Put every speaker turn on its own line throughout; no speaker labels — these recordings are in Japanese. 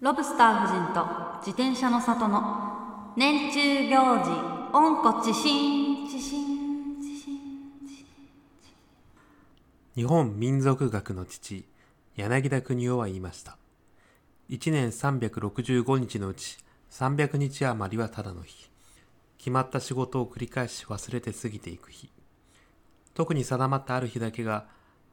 ロブスター夫人と自転車の里の年中行事温故知新知新知新
日本民族学の父柳田国夫は言いました1年365日のうち300日余りはただの日決まった仕事を繰り返し忘れて過ぎていく日特に定まったある日だけが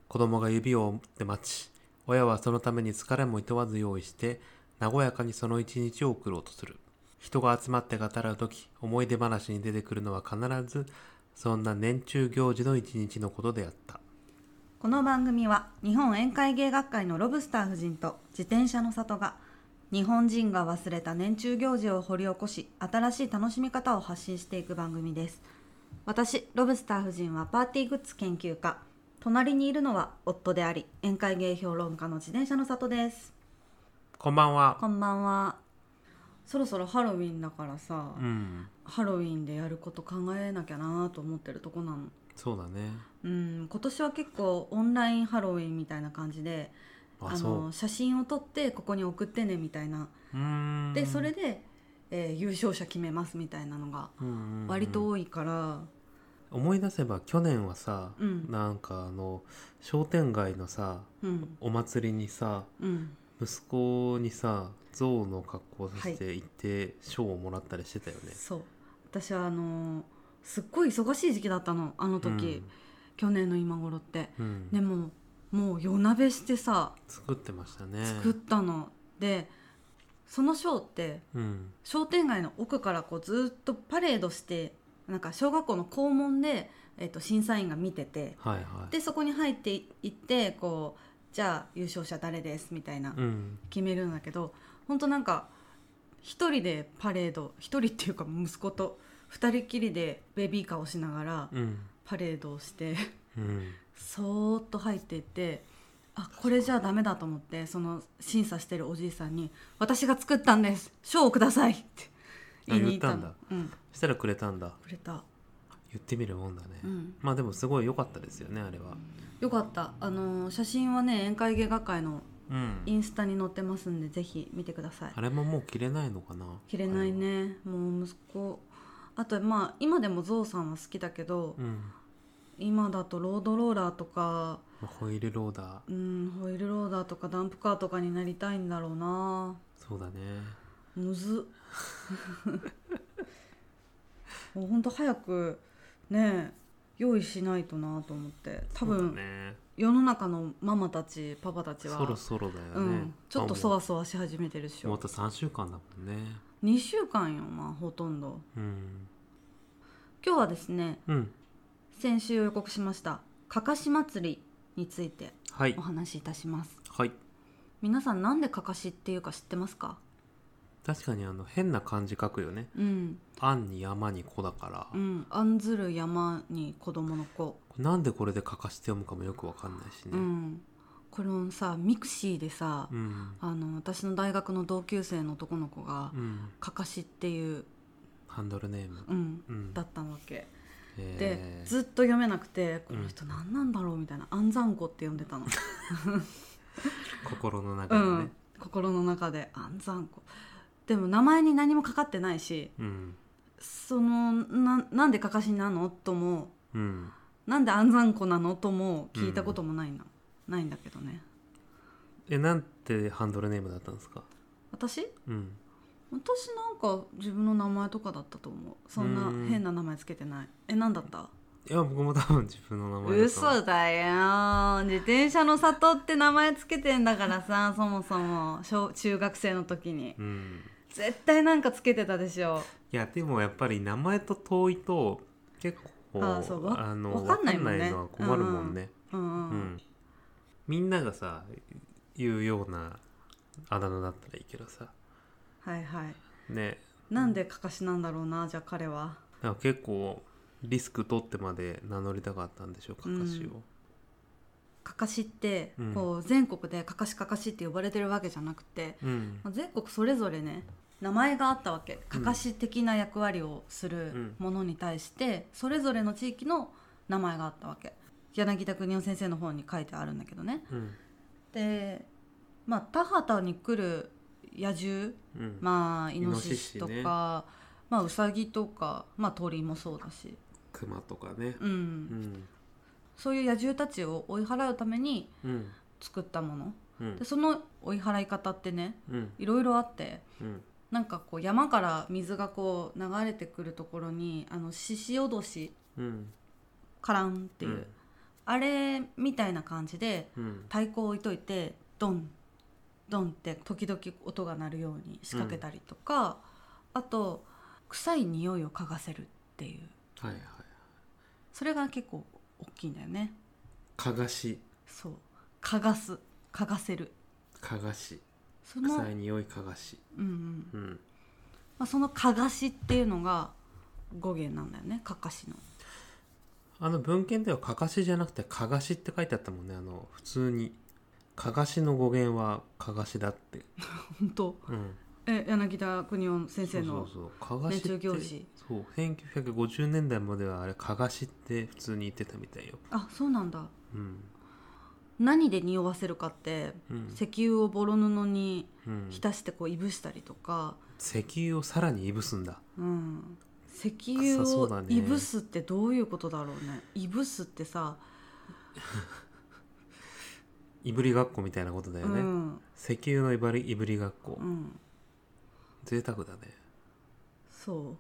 子供が指を折って待ち親はそのために疲れもいとわず用意して和やかにその一日を送ろうとする人が集まって語らう時思い出話に出てくるのは必ずそんな年中行事の一日のことであった
この番組は日本宴会芸学会のロブスター夫人と自転車の里が日本人が忘れた年中行事を掘り起こし新しい楽しみ方を発信していく番組です私ロブスター夫人はパーティーグッズ研究家隣にいるのは夫であり宴会芸評論家の自転車の里です
こんばんは
こんばんはそろそろハロウィンだからさ、
うん
ハロウィンでやること考えなきゃなと思ってるとこなの
そうだね
うん今年は結構オンラインハロウィンみたいな感じで
あ
あ
そう
の写真を撮ってここに送ってねみたいな
うーん
でそれで、えー優勝者決めますみたいなのが
うんうんうん
割と多いから、
思い出せば去年はさ、
うん
なんかあの商店街のさ
うん
お祭りにさ
うん
息子にさ象の格好をさせて行って賞をもらったりしてたよね、
そう私はあのーすっごい忙しい時期だったのあの時、去年の今頃って
うん、うん
でももう夜鍋してさ
作ってましたね
作ったの、でそのショーって
うん
商店街の奥からこうずっとパレードしてなんか小学校の校門で、えっと審査員が見てて
はいはい
でそこに入っていってこうじゃあ優勝者誰ですみたいな
うん
決めるんだけど本当なんか一人でパレード一人っていうか息子と二人きりでベビーカーをしながら
うん
パレードをして
うん
そーっと入っていってあこれじゃあダメだと思ってその審査してるおじいさんに「私が作ったんです賞をください」って言いに行ったの
言っ
うん、
そしたらくれたんだ
くれた、
言ってみるもんだね、
うん、
まあでもすごい良かったですよねあれは
よかったあのー写真はね宴会芸学会の
うん
インスタに載ってますんでぜひ見てください
あれももう着れないのかな
着れないねもう息子あとまあ今でもゾウさんは好きだけど、
うん、
今だとロードローラーとか
まあホイールローダ
う
ー
んホイールローダーとかダンプカーとかになりたいんだろうな
そうだね
むずっ もうほんと早くね用意しないとなと思って多
そう
分、
だね
世の中のママたちパパたちは
そろそろだよね、
うん、ちょっとそ
あも
わそわし始めてるっし
うもう
ょ
あと3週間だもんね
2週間よまあほとんど
うん
今日はですね
うん
先週予告しましたかかし祭りについて
はい
お話しいたします
はい
皆さんなんでかかしっていうか知ってますか
確かにあの変な漢字書くよね
うん
「あん」に「山」に「子」だから、
うん案ずる山に子供の子
これなんでこれで書かして読むかもよくわかんないしね
う、んこれもさミクシーでさ、
うん
あの私の大学の同級生の男の子が
うん
かかしっていう、
ハンドルネーム、
うん、
うん
だったわけで
えー
ずっと読めなくてこの人何なんだろうみたいな「暗算子」って呼んでた の、
心の中
う
にね
ん、心の中で「暗算子」でも名前に何もかかってないし
うん
そのななんでかかしなのとも
うん
なんで暗算子なのとも聞いたこともないの、ないんだけどね
えなんてハンドルネームだったんですか
私
うん
私なんか自分の名前とかだったと思うそんな
うん
変な名前つけてないえ何だった
いや僕も多分自分の名前だと思
嘘だよ自転車の里って名前つけてんだからさ そもそも小中学生の時に
ううん
絶対なんかつけてたでしょ
いやでもやっぱり名前と遠いと結構
あーそうわ
あの
わかんないもんね
わかのは困るもんね、
うんうん、
うんみんながさ言うようなあだ名だったらいいけどさ
はいはい
ね
なんでかかしなんだろうなじゃあ彼は
だから結構リスク取ってまで名乗りたかったんでしょうかかしを、
かかしって
うん
こう全国でかかしかかしって呼ばれてるわけじゃなくて、
うん
まあ全国それぞれね名前があったわけかかし的な役割をするものに対して、それぞれの地域の名前があったわけ柳田邦夫先生の方に書いてあるんだけどね
うん
でまあ田畑に来る野獣
うん
まあイ
ノ
ノ
シ
シ
シ
シ
ね
とかまあウサギとか、まあ、鳥もそうだし、
熊とかね
うん
うん
そういう野獣たちを追い払うために
うん
作ったもの
うん
でその追い払い方ってね
うん
いろいろあって
うん
なんかこう山から水がこう流れてくるところにあの獅子おどし
うん
カランっていう、
うん
あれみたいな感じで
うん
太鼓を置いといてドンドンって時々音が鳴るように仕掛けたりとか、あと臭い匂いを嗅がせるっていう
はいはい
それが結構大きいんだよね
かがし
そう嗅がす嗅がせる
かがし
その,、
臭い匂いかがし
うんうん
うん
まあ、その嗅がしっていうのが語源なんだよねかかしの
あの文献ではかかしじゃなくてかがしって書いてあったもんねあの普通にかがしの語源はかがしだって
本当
うん
え柳田国男先生の
そうそうそうかがしって
年中行事
そう1950年代まではあれかがしって普通に言ってたみたいよ
あそうなんだ
うん
何で匂わせるかって、
うん
石油をボロ布に
うん
浸してこういぶしたりとか、
石油をさらにいぶすんだ
うん、石
臭
油
そうだ
を
ね
いぶすってどういうことだろうねいぶすってさ、
いぶりがっこみたいなことだよ
う
ね、
ん
石油のいぶりいぶりがっこ、
うん、
贅沢だね
そう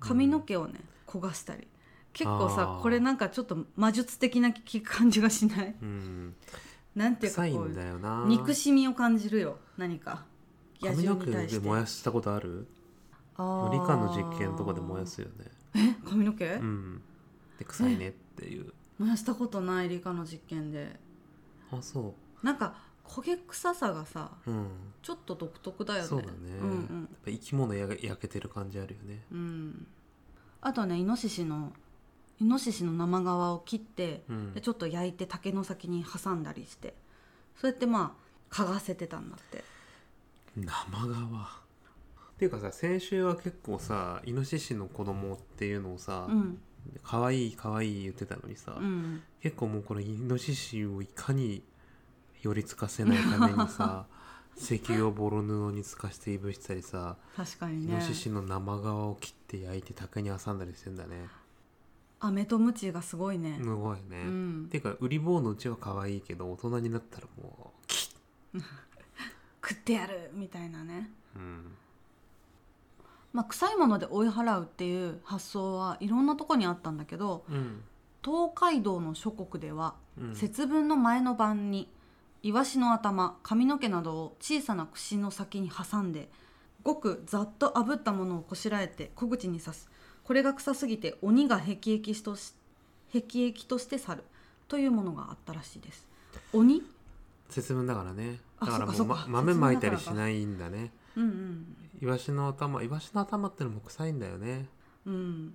髪の毛をね焦がしたり結構
あ
さ
ー
これなんかちょっと魔術的な聞く感じがしない
うん
なんていうか
臭い
こ
んだよな
う憎しみを感じるよ何か野
髪の
獣
毛
に対
で
して
燃やしたことある
あー
理科の実験とかで燃やすよね
え髪の毛、
うんで臭いねっていう
燃やしたことない理科の実験で
あそ
なんか焦げ臭さがさ
ううん
ちょっと独特だよね
そうだね、
うん
やっぱ生き物や焼けてる感じあるよね
うん、うん、あとはねイノシシのイノシシの生皮を切って、
うん
でちょっと焼いて竹の先に挟んだりしてそうやってまあ嗅がせてたんだって
生皮っていうかさ先週は結構さイノシシの子供っていうのをさ、
うん
かわいいかわいい言ってたのにさ、
うん
結構もうこのイノシシをいかに寄りつかせないためにさ 石油をボロ布につかしていぶしたりさ、
確かに
イ
ね
ノシシの生皮を切って焼いて竹に挟んだりしてんだね
あ目とムチがすごいね
すごいね、
うん
ていうか売り棒のうちは可愛いけど大人になったらもうキ
食ってやるみたいなね
ッうん
まあ、臭いもので追い払うっていう発想はいろんなとこにあったんだけど
うん
東海道の諸国では
うん
節分の前の晩にイワシの頭髪の毛などを小さな串の先に挟んでごくざっと炙ったものをこしらえて小口に刺すこれが臭すぎて鬼が辟易とし辟易として去るというものがあったらしいです鬼
節分だからね
あ
だからも、
そうっか
ま
そっか
豆まいたり
節
し
分だか
ないんだね
うん
イワシの頭イワシの頭ってのも臭いんだよね
うんうん、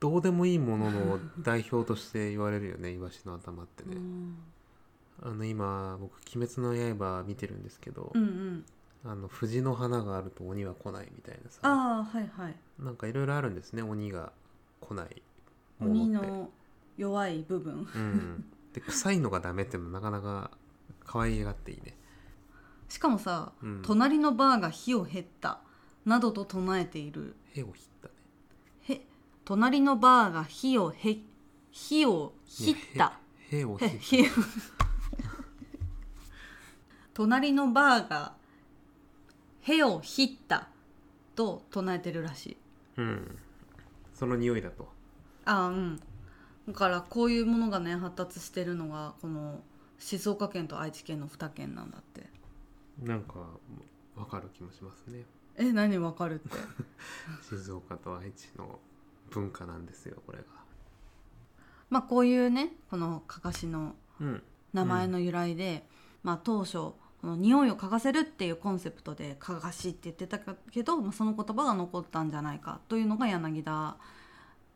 どうでもいいものの代表として言われるよねイワシの頭って
う
ね、
ん
あの今僕「鬼滅の刃」見てるんですけど、
うんうん
あの藤の花があると鬼は来ないみたいなさ
ああはいはい
なんかいろいろあるんですね鬼が来ないも
鬼
のって
の弱い部分
うん、で臭いのがダメってのもなかなか可愛がっていいね、
しかもさ、
うん、
隣のバーが火を減ったなどと唱えている
屁を引ったね
へ隣のバーが火をへ火をひった
屁を
へ
引
火
っ
を隣のバーがへをひったと唱えてるらしい
たうんその匂いだと
あうんだからこういうものがね発達してるのがこの静岡県と愛知県の2県なんだって
なんかわかる気もしますね
え何わかるって
静岡と愛知の文化なんですよこれが
まあこういうねこのかかしの
うん
名前の由来で、まあ、当初この匂いを嗅がせるっていうコンセプトで「嗅がし」って言ってたけど、まあ、その言葉が残ったんじゃないかというのが柳田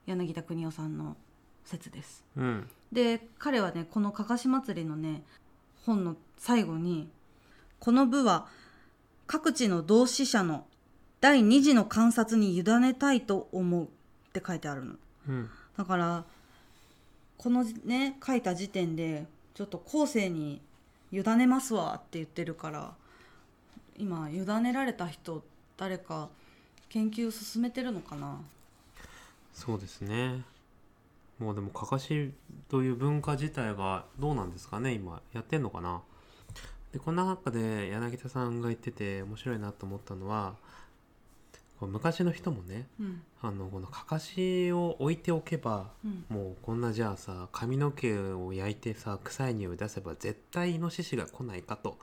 柳田邦夫さんの説です。
うん
で彼はねこの「かかし祭り」のね本の最後に「この部は各地の同志社の第二次の観察に委ねたいと思う」って書いてあるの。
うん
だからこのね書いた時点でちょっと後世に委ねますわって言ってるから今委ねられた人誰か研究を進めてるのかな
そうですねもうでもかかしという文化自体がどうなんですかね今やってんのかなでこの中で柳田さんが言ってて面白いなと思ったのはこう昔の人もね
うん
あのこのかかしを置いておけば
うん
もうこんなじゃあさ髪の毛を焼いてさ臭い匂い出せば絶対イノシシが来ないかと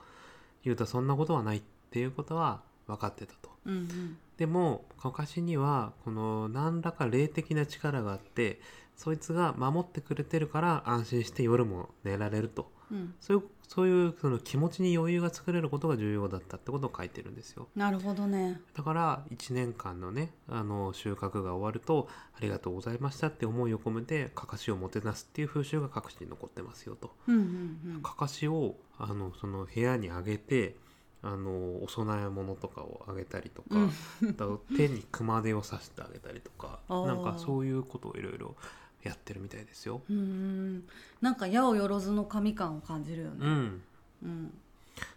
言うとそんなことはないっていうことは分かってたと。
うんうん
でもかかしにはこの何らか霊的な力があってそいつが守ってくれてるから安心して夜も寝られると
うん
そういうそういうその気持ちに余裕が作れることが重要だったってことを書いてるんですよ。
なるほどね
だから1年間のねあの収穫が終わるとありがとうございましたって思いを込めてかかしをもてなすっていう風習が各地に残ってますよと。
うんうん
かかしをあのその部屋にあげてあのお供え物とかをあげたりとか、あと手に熊手を刺してあげたりとか
あー
なんかそういうことをいろいろやってるみたいですよ。
うんうんなんか矢をよろずの神感を感じるよ
う
ね
ん
うん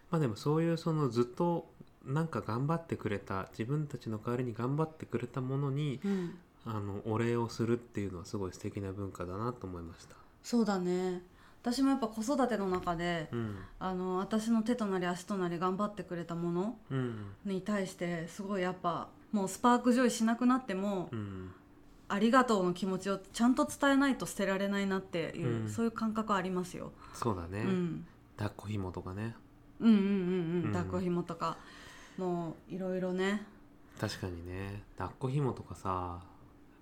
まあでもそういうそのずっとなんか頑張ってくれた自分たちの代わりに頑張ってくれたものに
うん
あのお礼をするっていうのはすごい素敵な文化だなと思いました。
そうだね私もやっぱ子育ての中で
うん、
あの私の手となり足となり頑張ってくれたもの
うん、
に対してすごいやっぱもうスパークジョイしなくなっても、
うん、
ありがとうの気持ちをちゃんと伝えないと捨てられないなっていう、
うん
そういう感覚はありますよ、
そうだね、
うん、
抱っこ紐とかね
うんうんうんう
うんん
抱っこ紐とかもういろいろね、
確かにね抱っこ紐とかさ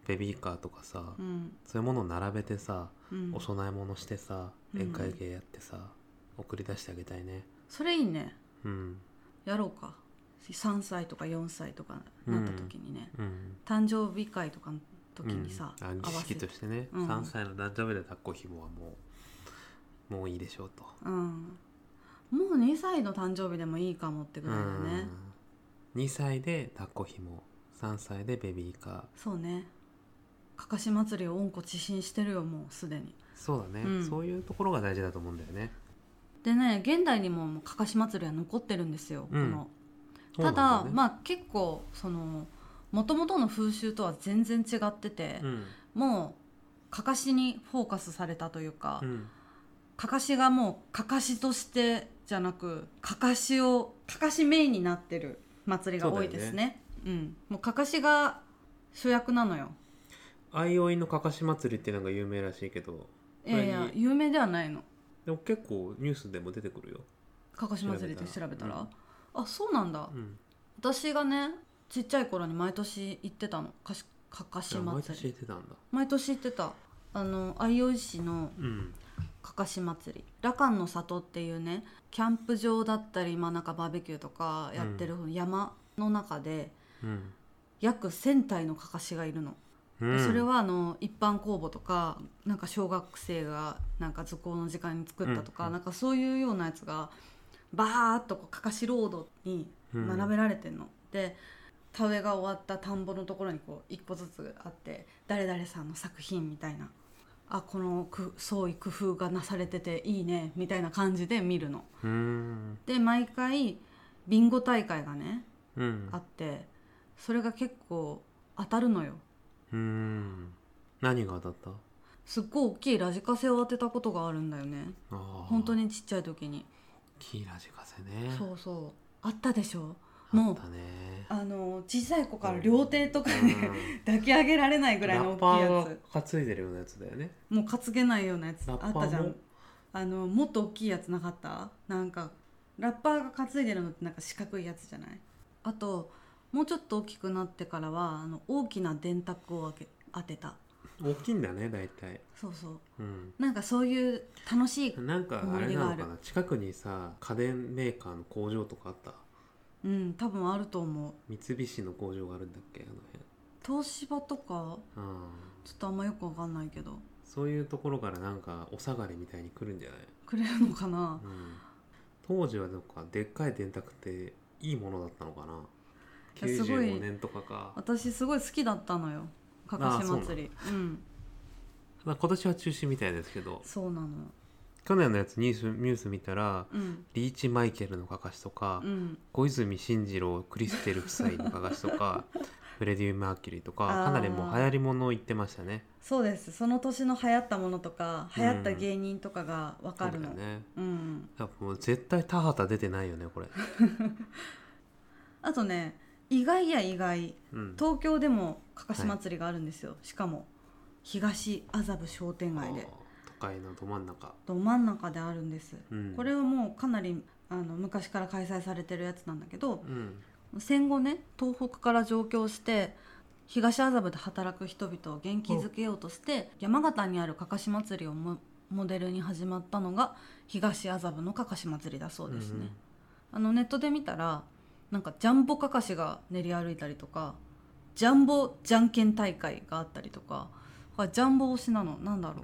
ベビーカーとかさ、
うん
そういうものを並べてさ、
うん
お、供え物してさ
うん
宴会芸やってさ、送り出してあげたいね
それいいね
うん
やろうか3歳とか4歳とかなった時にね、
うん
誕生日会とかの時にさ、
うんあ儀式としてね、
うん
3歳の誕生日で抱っこ紐はもうもういいでしょうと、
うんもう2歳の誕生日でもいいかもってぐらいだね、
うん、2歳で抱っこ紐3歳でベビーカー
そうねかかし祭りを温故知新してるよもうすでに
そうだね、
うん
そういうところが大事だと思うんだよね
でね現代にももうかかし祭りは残ってるんですよ、
う
こ
ん
の
そ
た
うな
だ
んよね
まあ結構その元々の風習とは全然違ってて、
うん
もうかかしにフォーカスされたというか、
うん
かかしがもうかかしとしてじゃなくかかしをかかしメインになってる祭りが多いですねうんもうかかしが主役なのよ
相生のかかし祭りってなんか有名らしいけど
いやい
こ
や
れに
有名ではないの
でも結構ニュースでも出てくるよ、
かかし祭りって調べたら
調べ
あそうなんだ、
うん、
私がねちっちゃい頃に毎年行ってたのかしかかし
あ毎
祭
年
り
言ってたんだ
毎年行ってたあの相生市の
うん
かかし祭り羅漢の里っていうねキャンプ場だったり、まあ、なんかバーベキューとかやってる山の中で、
うん
約1,000体のかかしがいるの、でそれはあの一般公募とかなんか小学生がなんか図工の時間に作ったとか、
うん
なんかそういうようなやつがバーっとこうかかしロードに並べられてんの。で田植えが終わった田んぼのところにこう一個ずつあって誰々さんの作品みたいなあこのく創意工夫がなされてていいねみたいな感じで見るの。
うん
で毎回ビンゴ大会がね
うん
あってそれが結構当たるのよ。
うん何が当たった
すっごい大きいラジカセを当てたことがあるんだよね
あ
本当
に
にちっちゃい時に
キーラジカセね
そうそうあったでしょ
あ
も
っ
う
たね
あの小さい子から両手とかで、
うん
抱き上げられないぐらいの大きい
ラッ
や
パ
つ
ーが担いでるようなやつだよね
もう担げないようなやつあ
ラッパー
っ
も
たじゃんあのもっと大きいやつなかったなんかラッパーが担いでるのってなんか四角いやつじゃないあともうちょっと大きくなってからはあの大きな電卓を開け当てた
大きいんだね大体
そうそう
うん
なんかそういう楽しい
なんかあれ
思い出が
な
あ
のか
る
な近くにさ家電メーカーの工場とかあった
うん多分あると思う
三菱の工場があるんだっけあの
東芝とか
辺うん
ちょっとあんまよくわかんないけど
そういうところからなんかお下がりみたいに来るんじゃない
くれるのかな
うん当時はなんかでっかい電卓っていいものだったのかない
やすごい
95年とかか
私すごい好きだったのよかかし祭りうん
まあ今年は中止みたいですけど
そうなの
去年のやつニュースニュース見たら
うん
リーチ・マイケルのかかしとか、
うん
小泉進次郎クリステル夫妻のかかしと かフレディ・マーキュリーとか
あー
かなりもう流行りものを言ってましたね。
そうですその年の流行ったものとか流行った芸人とかが分
そ
か
うだ
る
よ
の、
ね
うん、
やっぱもう絶対田畑出てないよねこれ。
あとね意外や意外
うん、
東京でもかかし祭りがあるんですよ、しかも東麻布商店街で
あー都会のど真ん中。
ど真ん中であるんです、
うん、
これはもうかなりあの昔から開催されてるやつなんだけど
うん
戦後ね東北から上京して東麻布で働く人々を元気づけようとして山形にあるかかし祭りをモモデルに始まったのが東麻布のかかし祭りだそうですね、
うんうん
あのネットで見たらなんかジャンボかかしが練り歩いたりとかジャンボじゃんけん大会があったりとかあジャンボ推しなのなんだろ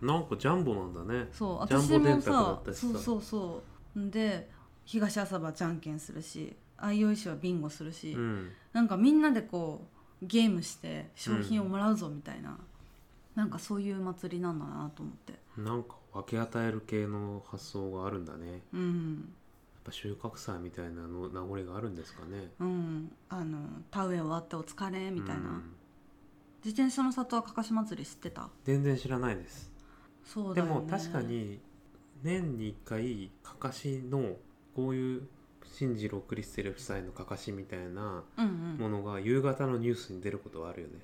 う
なんかジャンボなんだね。
そう
ジャン
私
ボ
も
電卓だ
さ
ったしさ
そうそうそうんで東朝はじゃんけんするしあいういしはビンゴするし、
うん。
なんかみんなでこうゲームして商品をもらうぞみたいな、なんかそういう祭りなんだなと思って
なんか分け与える系の発想があるんだね。やっ
うん
ぱ収穫祭みたいなの名残があるんですかね。
うんあの田植え終わってお疲れみたいな、
うん
自転車の里はかかし祭り知ってた
全然知らないです。
そう
で
だよ、ね、
も確かに年に1回かかしのこういう進次郎クリステル夫妻のかかしみたいな
うんう
も
ん
のが夕方のニュースに出ることはあるよね。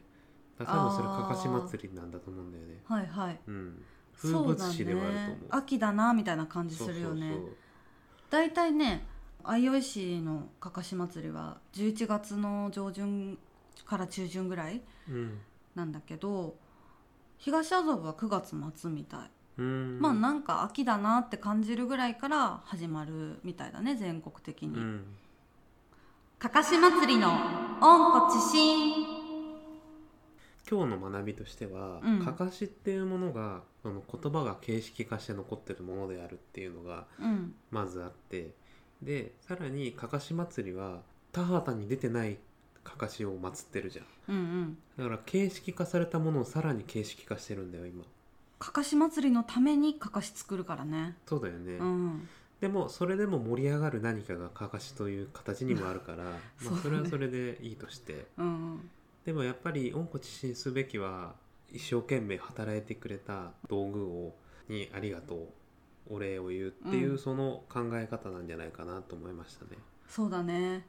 だから多分それかかし祭りなんだと思うんだよね。
はいはい
うん。風
そう
物
だ
詩ではあると
ね
思う。
秋だなみたいな感じするよね
そうそう
大体ね相生市のかかし祭りは11月の上旬から中旬ぐらい
そううん。
なんだけど東麻布は9月末みたい、
うん。
まあなんか秋だなって感じるぐらいから始まるみたいだね全国的
う
に、
ん。
かかし祭りの温故知新
今日の学びとしては、
うん
かかしっていうものがその言葉が形式化して残ってるものであるっていうのが
うん、
まずあってでさらにかかし祭りは田畑に出てないかかしを祀ってるじゃ
う
ん
んうん
だから形式化されたものをさらに形式化してるんだよ今
かかし祭りのためにかかし作るからね
そうだよね、
うん
でもそれでも盛り上がる何かがかかしという形にもあるから
そう
ま
だね
あ、それはそれでいいとして、
うん
でもやっぱり恩子知心すべきは一生懸命働いてくれた道具をにありがとうお礼を言うっていううんその考え方なんじゃないかなと思いましたね。
そうだね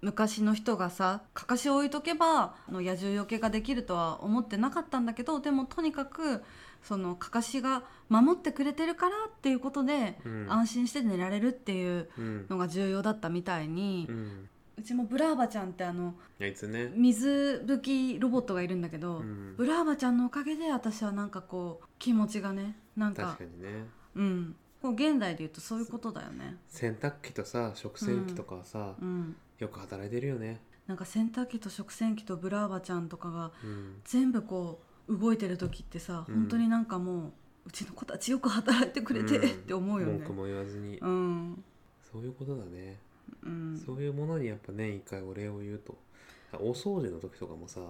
昔の人がさかかしを置いとけばあの野獣よけができるとは思ってなかったんだけどでもとにかくそのかかしが守ってくれてるからっていうことで、
うん
安心して寝られるっていう
うん
のが重要だったみたいに、
う、
うんちもブラーバちゃんってあの
あいつね、
水拭きロボットがいるんだけど、
うん、
ブラーバちゃんのおかげで私はなんかこう気持ちがねなんか
確かにね
うんこう現代で言うとそういうことだよね。
洗濯機とさ食洗機とかはさ、
うん
よく働いてるよね。
なんか洗濯機と食洗機とブラーバちゃんとかが
うん、
全部こう動いてる時ってさ、
うん
本当になんかもううちの子たちよく働いてくれて、
うん
って思うよ
文
ね
句も言わずに、
うん
そういうことだね、
うん
そういうものにやっぱ年一回お礼を言うとお掃除の時とかもさ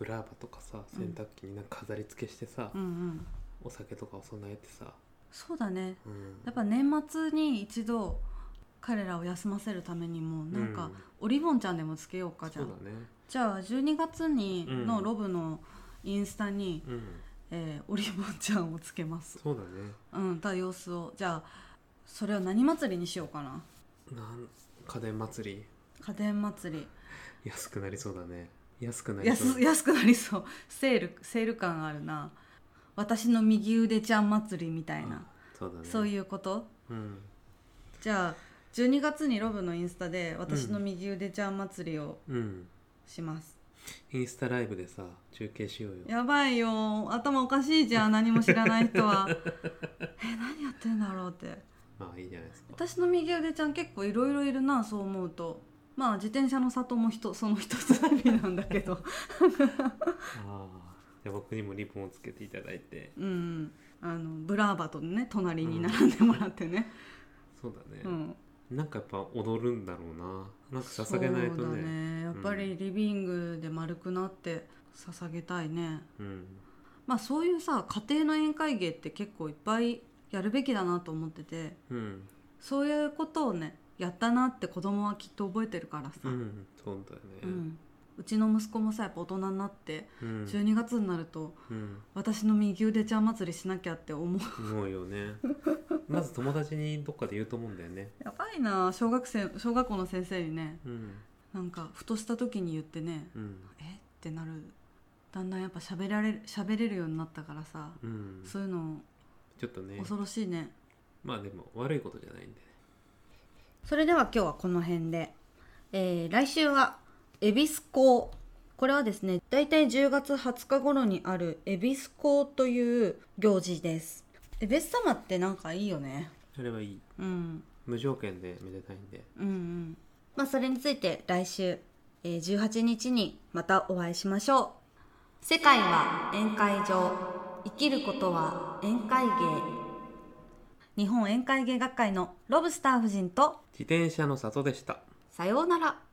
ブラーバとかさ洗濯機になんか飾り付けしてさ、
うんうん
お酒とかお供えてさ、
そうだね
うん、
やっぱ年末に一度彼らを休ませるためにもなん
う
か、おリボンちゃんでもつけようかじゃ、
そうんだね
じゃあ12月に
うん
のロブのインスタに、
うん
えーおリボンちゃんをつけます
そうだね
うんた様子をじゃあそれは何祭りにしようかな
なん家電祭り
家電祭り
安くなりそうだね安くなりそう
安安くなりそうセールセール感あるな私の右腕ちゃん祭りみたいな、
うんそうだね
そう
う、
いうこと
ん、
じゃあ12月にロブのインスタで私の右腕ちゃん祭りを
うん、
します、
インスタライブでさ中継しようよ
やばいよ頭おかしいじゃ ん何も知らない人はえ何やってんだろうって
まあいいじゃないですか
私の右腕ちゃん結構いろいろいるなそう思うとまあ自転車の里も人その一つだけなんだけど
ああじゃあ僕にもリボンをつけていただいて
うんあのブラーバとね隣に並んでもらってね、
そうだね、
うん、
なんかやっぱ踊るんだろうななんか捧げないと
そうだ
ね
ねやっぱりリビングで丸くなって捧げたいね、
うん
まあそういうさ家庭の宴会芸って結構いっぱいやるべきだなと思ってて
うん
そういうことをねやったなって子供はきっと覚えてるからさ、
うんそうだよ
う
ね
んうちの息子もさやっぱ大人になって
うん
12月になると
うん
私の右腕ちゃん祭りしなきゃって思う
思うよ ねまず友達にどっかで言うと思うんだよね
やばいな小学生小学校の先生にね
うん
なんかふとした時に言ってね
うん
えってなるだんだんやっぱ喋られる喋れるようになったからさ、
うん
そういうの
ちょっとね
恐ろしいね
まあでも悪いことじゃないんで
それでは今日はこの辺で、えー来週は恵比寿港これはですねだいたい10月20日頃にある恵比寿港という行事です恵比寿様ってなんかいいよね
それはいい
うん
無条件でめでたいんで
うんうんまあそれについて来週、えー18日にまたお会いしましょう
世界は宴会場生きることは宴会芸
日本宴会芸学会のロブスター夫人と
自転車の里でした
さようなら